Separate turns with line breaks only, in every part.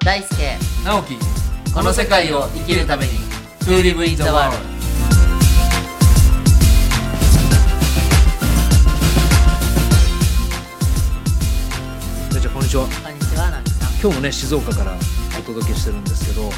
大輔
直樹
この世界を生きるために
To live in the world
じゃあこんにちは
こんにちはなんさん
今日もね静岡からお届けしてるんですけど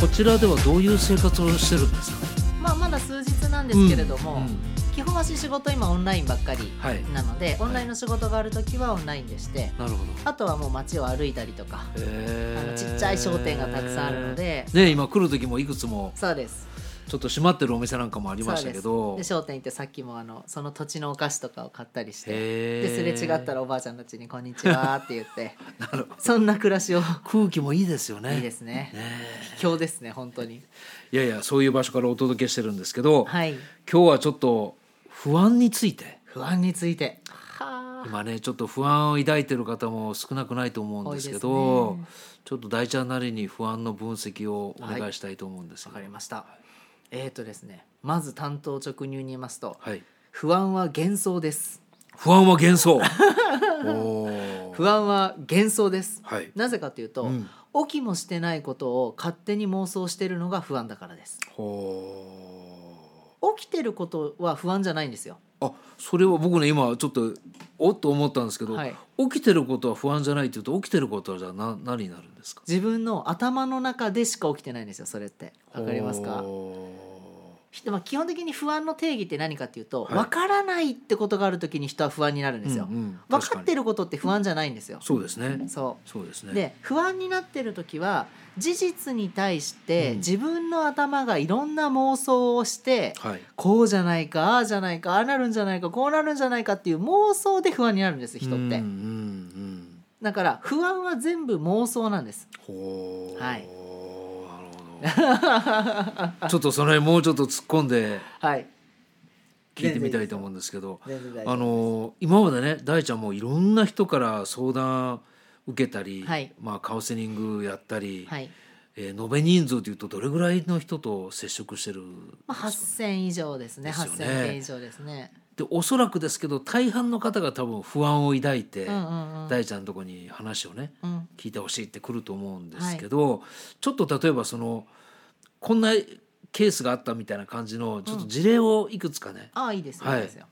こちらではどういう生活をしてるんですか
まあまだ数日なんですけれども、
うん
基本は仕事今オンラインばっかり
はい
なので、オンラインの仕事がある時はオンラインでして
なるほど
あとはもう街を歩いたりとか、
え
あのちっちゃい商店がたくさんあるので
ね今来る時もいくつも
そうです
ちょっと閉まってるお店なんかもありましたけ
そう
ど
ですで商店行ってさっきもあのその土地のお菓子とかを買ったりしてですれ
へ
違った
ら
らおばあちゃんたちに「こんにちは」って言って
なるほど
そんな暮らしを
空気もいいですよね
いいですね
ね
秘境ですね本当に
いやいやそういう場所からお届けしてるんですけど、
はい
今日はちょっと不安について
不安については
今ねちょっと不安を抱いてる方も少なくないと思うんですけ
多
ど
いですね
ちょっと大ちゃんなりに不安の分析をお願いしたいと思うんです
わ
よ
かりましたえー、とですねまず担当直入に言いますと
はい、
不安は幻想です
不安は 幻想おー
不安は幻想です
はい
なぜかというと、
うん
起きもしてないことを勝手に妄想してるのが不安だからです
ほ
起きてることは不安じゃないんですよ
ーあそれは僕ね今ちょっとおっと思ったんですけど、
はい
起きてることは不安じゃないっていうと起きてることはじゃあな何になるんですか
自分の頭の中でしか起きてないんですよそれってわかりますか
ほ
ひまあ、基本的に不安の定義って何かっていうと、
はい
分からないってことがある時に人は不安になるん
ー
ですよ、
うんうん
分かって
る
ることって不安じゃないんですよ、
そうですね
そ
そうです
う、
ね
で不安になってる時は事実に対して、
うん
自分の頭がいろんな妄想をして、
はい
こうじゃないかああじゃないかああなるんじゃないかこうなるんじゃないかっていう妄想で不安になるんです人って、
うんうんうん
だから不安は全部妄想なんです
ほう
はい
なるほど ちょっとその辺もうちょっと突っ込んで
はい
聞いてみたいと思うんですけど
全然大丈夫
あの今までね大ちゃんもいろんな人から相談受けたり、
はい
まあ、カウンセリングやったり、
はい、
えー延べ人数でいうとどれぐらいの人と接触してる
まあ、8,000以上ですね
ですよね
8,000件以上ですね
でおそらくですけど大半の方が多分不安を抱いて、
うんうんうん
大ちゃんのとこに話をね
うん
聞いてほしいってくると思うんですけど、ちょっと例えばそのこんなケースがあったみたいな感じのちょっと事例をいくつかね、
ああいいですよ、
はい
いいですよ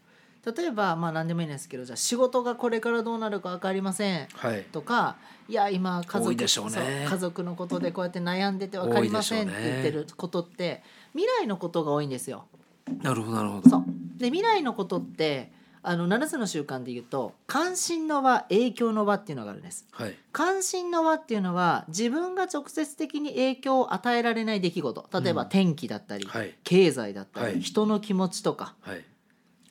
例えばまあ何でもいいんですけどじゃあ仕事がこれからどうなるか分かりません
はい
とかいや今家
多
族
いでしょうね
そう家族のことでこうやって悩んでて分かりませんって言ってることって未来のことが多いんですよ。
なるほどなるほど
そうで未来のことってあの7つの習慣で言うと関心の輪影響の輪っていうのがあるんです。
はい
関心の輪っていうのは自分が直接的に影響を与えられない出来事例えば
うん
天気だったり、
はい
経済だったり、
はい
人の気持ちとか
はい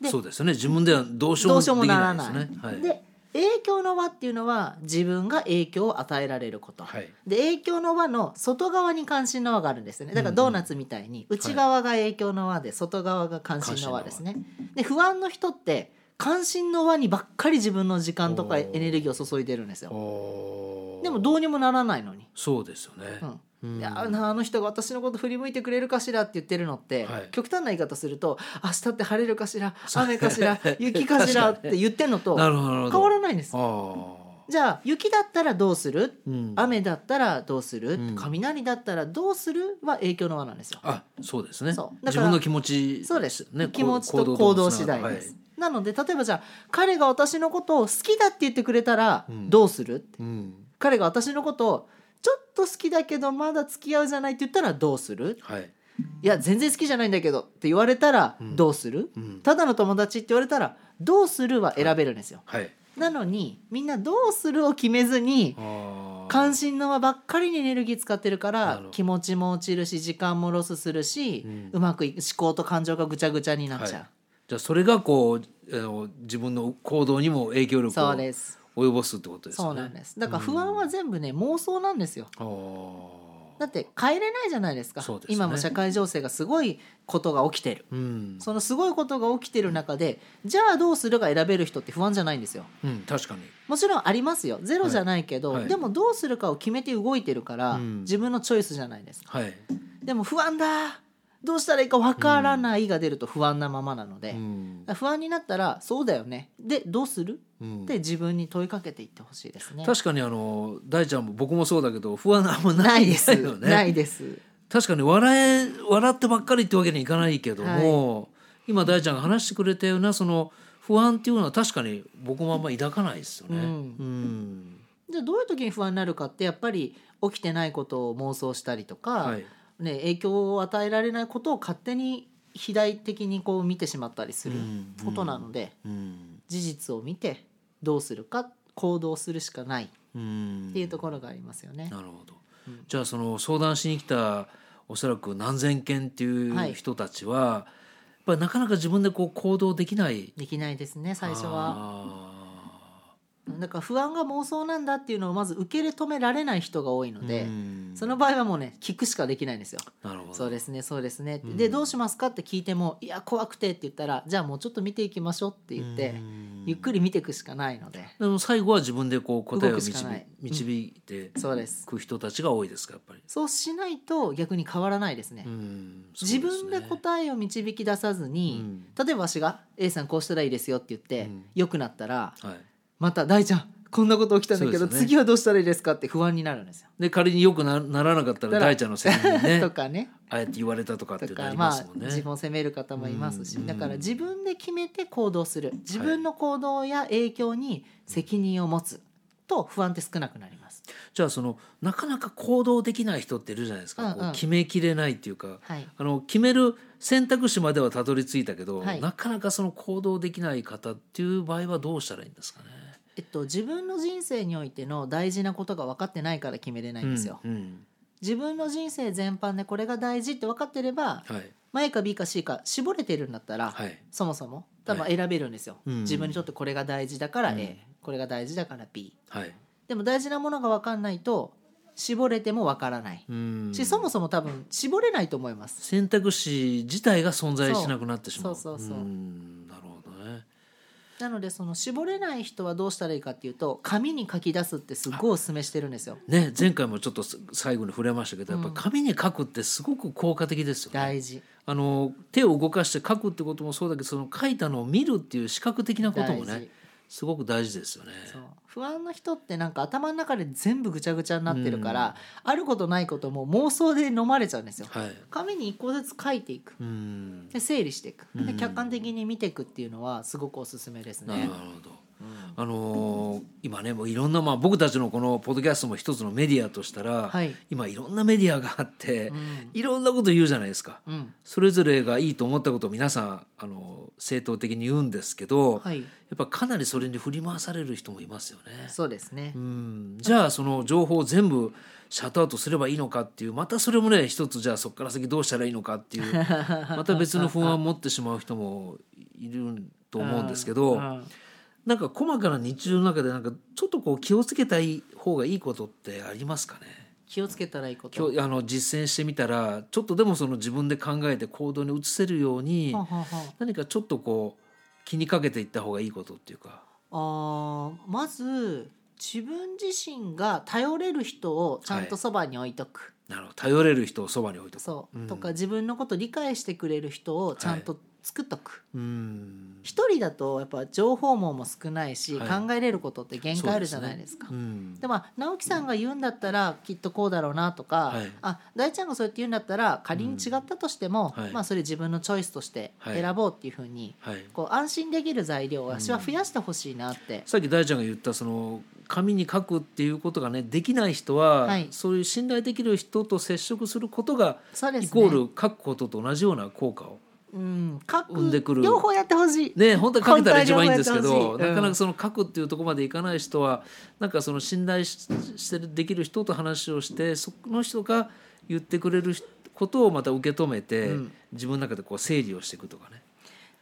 で
そうですよね自分ではどうしよう
どう
もで
しようも
き
な
な
ら
いで
な
す
い。
ねはい
で影響の輪っていうのは自分が影響を与えられること、
はい
で影響の輪の外側に関心の輪があるんですよねだから
うんうん
ドーナツみたいに内側が影響の輪で外側が関心の輪ですね。で不安の人って関心の輪にばっかり自分の時間とか
お
エ
ー
ネルギーを注いでるんですよ。
おー
でもどうにもならないのに。
そうですよね、
うん
うん
であのあの人が私のこと振り向いてくれるかしらって言ってるのって、
はい
極端な言い方すると明日って晴れるかしら
そう
雨かしら雪かしらって言ってるのと
なるほどなるほど
変わらないんですよ
あ
じゃあ雪だったらどうする
ー、うん、
雨だったらどうする、
うん
雷だったらどうするは影響の輪なんですよ。
あそうですね
そうだ
自
から
分の気持ち
そうです、
ね
気持ちと
こう
行
も
動
つ
次
なが
第
る
です。なので例えばじゃあ彼が私のことを好きだって言ってくれたら
うん
どうする、って
はいうん
彼が私のことをちょっと好きだけどまだ付き合うじゃないって言ったらどうする
はい
いや全然好きじゃないんだけどって言われたら
うん
どうする、
うん
ただの友達って言われたらどうするは選べるんですよ。
はい
なのにみんなどうするを決めずに
あー
関心の輪ばっかりにエネルギー使ってるか
なる
ら
ほど
気持ちも落ちるし時間もロスするし、
う
うんまくい思考と感情がぐちゃぐちゃになっちゃう、
はじゃあそれがこうあの自分の行動にも影響力
そう
を
です
及ぼすってことですよね。
そうなんですだから不安は全部ね、妄想なんですよ
あ
だって変えれないじゃないですか
そうですね
今も社会情勢がすごいことが起きてる
ーうん、
そのすごいことが起きてる中でじゃあどうするが選べる人って不安じゃないんですよ
うん、確かに
もちろんありますよゼロじゃないけど、
はいはい
でもどうするかを決めて動いてるから、
うん
自分のチョイスじゃないですか
はい
でも不安だどうしたらいいかわからないが出ると不安なままなので、
うん
不安になったらそうだよねでどうする
うん
って自分に問いかけていってほしいですね。
確かにあの大ちゃんも僕もそうだけど不安あんま
な
ないい
です、
よね
ないです。
確かに笑え笑ってばっかりってわけにはいかないけども、今大ちゃんが話してくれたようなその不安っていうのは確かに僕もあんま抱かないですよね。
うん
うん
じゃあどういう時に不安になるかってやっぱり起きてないことを妄想したりとか、
はい
ね、影響を与えられないことを勝手に肥大的にこう見てしまったりする
うん
ことなので、
うん
事実を見てどうするか行動するしかない
うん
っていうところがありますよね。
なるほど、
うん
じゃあその相談しに来たおそらく何千件っていう人たちは、やっぱりなかなか自分でこう行動できない
できないですね最初は
あ
だから不安が妄想なんだっていうのをまず受け止められない人が多いの
ー
で、
うん
その場合はもうね聞くしかできないんですよ。
なるほど
そうですねそうですねって、
うん
でどうしますかって聞いても「いや怖くて」って言ったら「じゃあもうちょっと見ていきましょう」って言って、
うん
ゆっくり見ていくしかないので
でも最後は自分でこう答えを
動く
導
しかない
導いて
そうです
く人たちが多いですかやっぱり。
そうしないと逆に変わらないですね。
うん
自分で
そう
答えを導き出さず
す
に、
ね
例えばわしが A さんこうしたらいいですよって言って、
うん
良くなったら
うんはい、
また大ちゃんこんなこと起きたんだけ
そ
ど、
うですよね
次はどうしたらいいですかって不安になるんですよ。
で仮によくなならなかったら
だから
大ちゃんの責任 ね
とかね
あえて言われたとかって
と
な
か
り
ま
ます
あ
もんね。
自分を責める方もいますし、
うん
だから
うん
自分で決めて行動する自分の行動や影響に責任を持つと不安って少なくなります。
じゃあそのなかなか行動できない人っているじゃないですか、
うんうん
こう決めきれないっていうか
はい、
あの決める選択肢まではたどり着いたけど、
はい
なかなかその行動できない方っていう場合はどうしたらいいんですかね。
えっと、自分の人生においての大事なことが分かってないから決めれないんですよ。
うんうん
自分の人生全般でこれが大事って分かってれば、
はい
まあ A か B か C か絞れてるんだったら、
はい
そもそも多分
はい
選べるんですよ、
うん
自分にとってこれが大事だから A、
うん
これが大事だから B
はい。
でも大事なものが分かんないと絞れても分からない
うん
しそもそも多分絞れないと思います。
選択肢自体が存在しなくなってしまう。
そうそうそうそうん
なるほどね。
なのでその絞れない人はどうしたらいいかっていうと紙に書き出すってすごいお勧めしてるんですよ。
ね前回もちょっとす最後に触れましたけど、やっぱ紙に書くってすごく効果的ですよね。
大事
あの手を動かして書くってこともそうだけどその書いたのを見るっていう視覚的なこと
大
も
事、
ねすごく大事ですよね。
そう不安の人ってなんか頭の中で全部ぐちゃぐちゃになってるから、あることないことも妄想で飲まれちゃうんですよ。
はい。
紙に一個ずつ書いていく
うん。
で整理していく
う
で
ん
客観的に見ていくっていうのはすごくおすすめです
なる
ね
ほ。ど。あのー今ねもういろんなまあ僕たちのこのポッドキャストも一つのメディアとしたら、
はい
今いろんなメディアがあって、
うん
いろんなこと言うじゃないですか。
うん
それぞれがいいと思ったことを皆さんあの正当的に言うんですけど、
はい、
やっぱかなりそれに振り回される人もいますよね。
そうですね
う。んじゃあその情報を全部シャットアウトすればいいのかっていうまたそれもね一つじゃあそこから先どうしたらいいのかっていう また別の不安を持ってしまう人もいると思うんですけ
う
ど
ん
なんか細かな日常の中でなんかちょっとこう気をつけたい方がいいことってありますかね
気をつけたらいいこと。
今日あの実践してみたらちょっとでもその自分で考えて行動に移せるように
はあはあはあ
何かちょっとこう気にかけていった方がいいことっていうか。
あーまず自分自身が頼れる人をちゃんとそばに置いとく、
なるほど頼れる人をそばに置いとく。
そう、
うん
とか自分のこと理解してくれる人をちゃんと作っとく、
うん
一人だとやっぱ情報網も少ないし、
はい
考えれることって限界あるじゃないですか。で
うん
まあ、直樹さんが言うんだったらきっとこうだろうなとか、
はい
あ大ちゃんがそうやって言うんだったら仮に違ったとしても、
うんはい
まあ、それ自分のチョイスとして選ぼうっていうふうに、
はい、
こう安心できる材料を私は増やしてほしいなって、
さっき大ちゃんが言ったその紙に書くっていうことがねできない人は、
はい
そういう信頼できる人と接触することが、
そうですね
イコール書くことと同じような効果を
うん、書
生んでく
く
る
両方やってほしい。
ね本当は書けたら一番いいんですけど、
本当は両方やってほしいうん
なかなかその書くっていうところまでいかない人はなんかその信頼ししてるできる人と話をしてその人が言ってくれることをまた受け止めて、
うん
自分の中でこう整理をしていくとかね。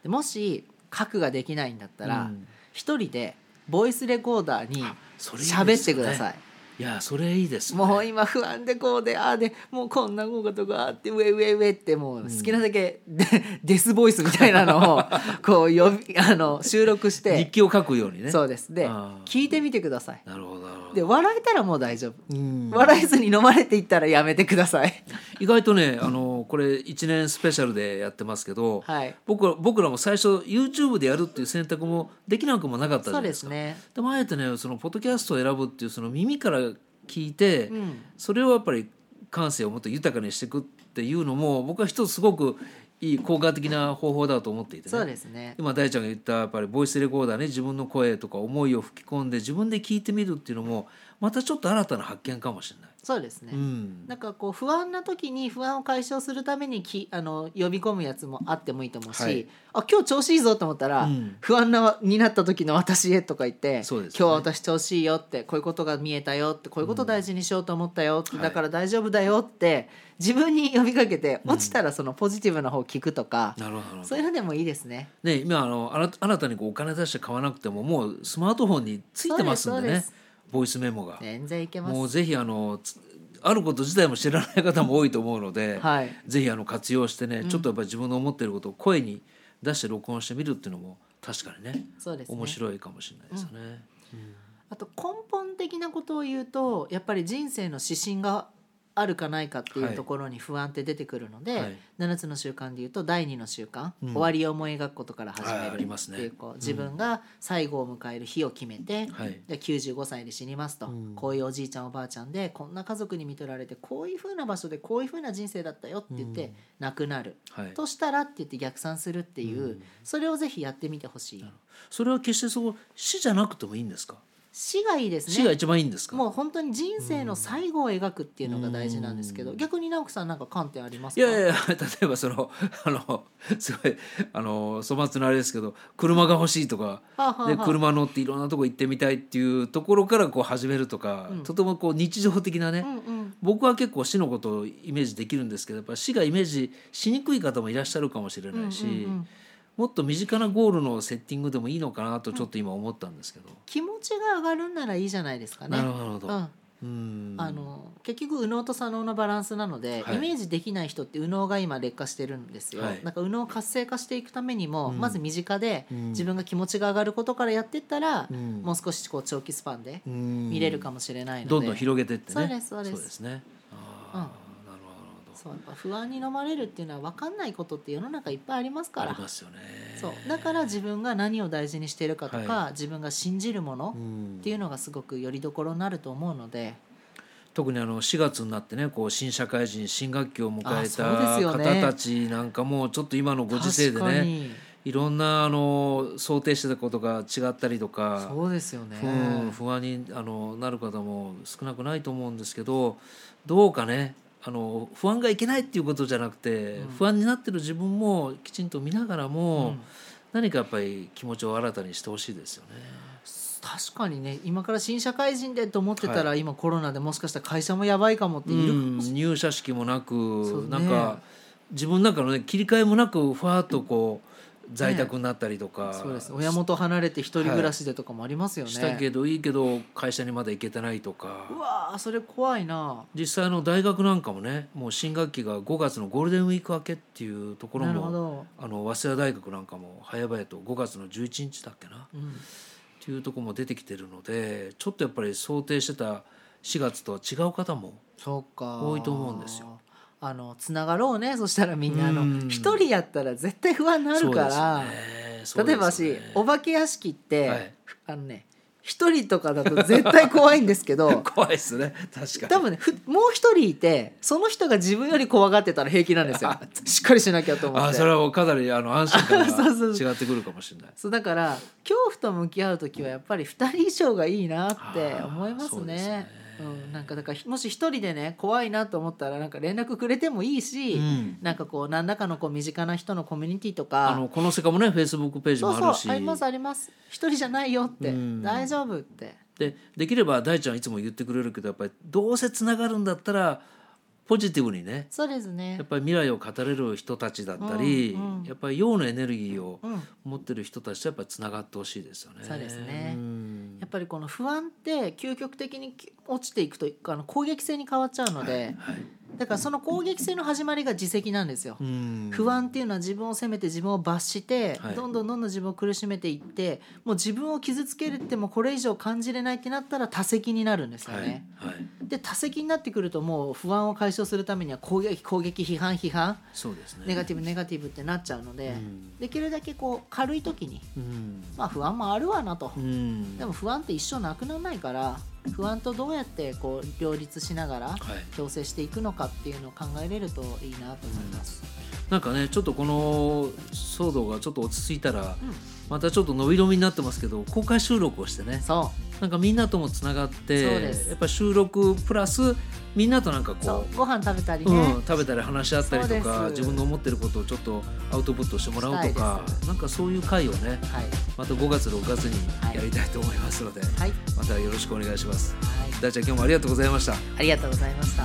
でもし書くができないんだった
う
ら
ん
一、人でボイスレコーダーに
それいいですよね
喋ってください。
いやそれいいですね
もう今不安でこうでああでもうこんなことがあって上上上ってもう好きなだけで、デスボイスみたいなの をこう呼びあの収録し
日
て
記を書くようにね
そうですで
あー
聞いてみてください
なるほどなるほ
で
ど
笑えたらもう大丈夫
うん
笑えずに飲まれていったらやめてください
意外とねあのこれ1年スペシャルでやってますけど、
はい
僕ら僕らも最初 YouTube でやるっていう選択もできなくもなかったじ
そ
ゃな
う
いで
ですす
か
ね
でもあえてねそのポッドキャストを選ぶっていうその耳から聞いて、
うん
それをやっぱり感性をもっと豊かにしていくっていうのも僕は一つすごくいい効果的な方法だと思っていてね
そうですね
今大ちゃんが言ったやっぱりボイスレコーダーね自分の声とか思いを吹き込んで自分で聞いてみるっていうのもまたちょっと新たな発見かもしれない。
そうですね
うん
なんかこう不安な時に不安を解消するためにきあの呼び込むやつもあってもいいと思うし、
はい
あ今日調子いいぞと思ったら、
うん
不安なになった時の私へとか言って、
そう
今
ですね
日は私調子いいよってこういうことが見えたよってこういうことを大事にしようと思ったよって、
うん
だから大丈夫だよって、自分に呼びかけて落ちたらそのポジティブな方聞くとか、
なるほどなるほど
そういうのでもいいですね。
ね、今あの新新たにこうお金出して買わなくてももうスマートフォンについてますん
そ
で
うで
ね
すそう
ボイスメモが、
全然いけます
もうぜひあのつあること自体も知らない方も多いと思うので、
はい
ぜひあの活用してね、ちょっとやっぱり自分の思っていることを声に出して録音してみるっていうのも確かにね
そうですね
面白いかもしれないですよね。
あと根本的なことを言うとやっぱり人生の指針があるかないかっていうところに不安って出てくるので、
はい
7つの習慣で言うと第2の習慣、
うん
終わりを思い描くことから始
は
め
いあ
る
りますね
っていうこう自分が最後を迎える日を決めて、
はい
じゃあ95歳で死にますと、
うん
こういうおじいちゃんおばあちゃんでこんな家族に見とられてこういう風な場所でこういう風な人生だったよって言っ
う
て
ん
亡くなる、
はい、
としたらって言って逆算するっていう、
うん
それをぜひやってみてほしい。
それは決してそこ死じゃなくてもいいんですか
死がいいですね
死が一番いいんですか
もう本当に人生の最後を描くっていうのが大事なんですけど、
うん
逆に直樹さんなんか観点あります
い
か
やいや例えばそのあのすごいあの粗末なあれですけど車が欲しいとか
はあはあ
で
はあ
車乗っていろんなとこ行ってみたいっていうところからこう始めるとか、
うん
とてもこう日常的なね、
うんうん、
僕は結構死のことをイメージできるんですけどやっぱ死がイメージしにくい方もいらっしゃるかもしれないし、
うんうんうん
もっと身近なゴールのセッティングでもいいのかなとちょっと今思ったんですけど、
気持ちが上がるんならいいじゃないですかね
なるほど、
うん
うん
あの結局右脳と左脳のバランスなので、
はい
イメージできない人って右脳が今劣化してるんですよ、
はい
なんか右脳を活性化していくためにも、
うん
まず身近で
うん
自分が気持ちが上がることからやっていったら、
うん
もう少しこう長期スパンで
うん
見れるかもしれないので、
どんどん広げてってね
そうですそうです
ねあーなるほど
そうやっぱ不安に飲まれるっていうのは分かんないことって世の中いっぱいありますか
あ
ら
りますよね
そうだから自分が何を大事にしているかとか、
は
自分が信じるもの
うん
っていうのがすごくよりどころになると思うので、
特にあの4月になってねこう新社会人新学期を迎え
あそう
た
ですよね
方たちなんかもちょっと今のご時世で
確か
ね
に
いろんなあの想定してたことが違ったりとか
そうですよね、
うん不安にあのなる方も少なくないと思うんですけどどうかねあの不安がいけないっていうことじゃなくて、
うん
不安になってる自分もきちんと見ながらも、
うん
何かやっぱり気持ちを新たにしてほしいですよね。
確かにね今から新社会人でと思ってたら、
は
今コロナでもしかしたら会社もやばいかもっている、
うん入社式もなく、
そうね
なんか自分の中の、ね、切り替えもなくふわっとこう在宅になったりとか、
そうです親元離れて一人暮らしでとかもありますよね、
したけどいいけど会社にまだ行けてないと
う
か
わーそれ怖いな
実際の大学なんかもねもう新学期が5月のゴールデンウィーク明けっていうところ
なるほ
も
ど、
あの早稲田大学なんかも早々と5月の11日だっけな
うん、
っていうところも出てきてるのでちょっとやっぱり想定してた4月とは違う方も
そうか
多いと思うんですよ。
あのつながろうねそしたらみんなあ
う
の
ん
一人やったら絶対不安になるから、
そう
例
で
えば
すよ
私
ね
お化け屋敷って、
はい
あのね一人とかだと絶対怖いんですけど
怖いですね確かに
多分ねふもう一人いてその人が自分より怖がってたら平気なんですよしっかりしなきゃと思っ
あ
て
それはもうかなりあの安心感
そうそうそ
が違ってくるかもしれない
そうだから恐怖と向き合う時はやっぱり二人以上がいいなって思いま
あー
す
そう
ね
ですね
うん、なんかだからもし一人でね怖いなと思ったらなんか連絡くれてもいいし、
うん
なんかこう何らかのこう身近な人のコミュニティと
あ
か
のこの世界もねフェイスブックページ
そ
も
う
あ
そう
るし
ありますあります一人じゃないよって
うん
大丈夫って
でできれば大ちゃんいつも言ってくれるけどやっぱりどうせつながるんだったらポジティブにね
そうですね
やっぱり未来を語れる人たちだったり、
うんうん
やっぱり陽のエネルギーを
うん
持ってる人たちとやっぱりつながってほしいですよね。
そうですね
うん
やっぱりこの不安って究極的に落ちていくとあの攻撃性に変わっちゃうので、だからその攻撃性の始まりが自責なんですよ。
うん
不安っていうのは自分を責めて自分を罰して、
はい
どんどんどんどん自分を苦しめていってもう自分を傷つけるってもうこれ以上感じれないってなったら多責になるんですよ
はい
ね。
はい、
で多責になってくるともう不安を解消するためには攻撃攻撃批判批判
そうですね
ネガティブネガティブってなっちゃうので、
うん
できるだけこう軽い時に
うん
まあ不安もあるわなと
う、ん
でも不安って一生なくならないから不安とどうやってこう両立しながら
はい
調整していくのかっていうのを考えれるといいなと思います。
なんかねちょっとこの騒動がちょっと落ち着いたら、
うん
またちょっと伸び伸びになってますけど公開収録をしてね
そ
なんかみんなともつながっ
そう
て
です
やっぱ収録プラスみんなとなんか
うそ
こ
うご飯食べたり
う
ね、
うん、食べたり話し合ったりと
そう
か
です
自分の思ってることをちょっとアウトプットしてもらうとか
したいです
なんかそういう会をね
はい
また5月6月にやりたいと思いますので、
はい、
またよろしくお願いします。
はい、
大ちゃん今日もありがとうございました
ありがとうございました。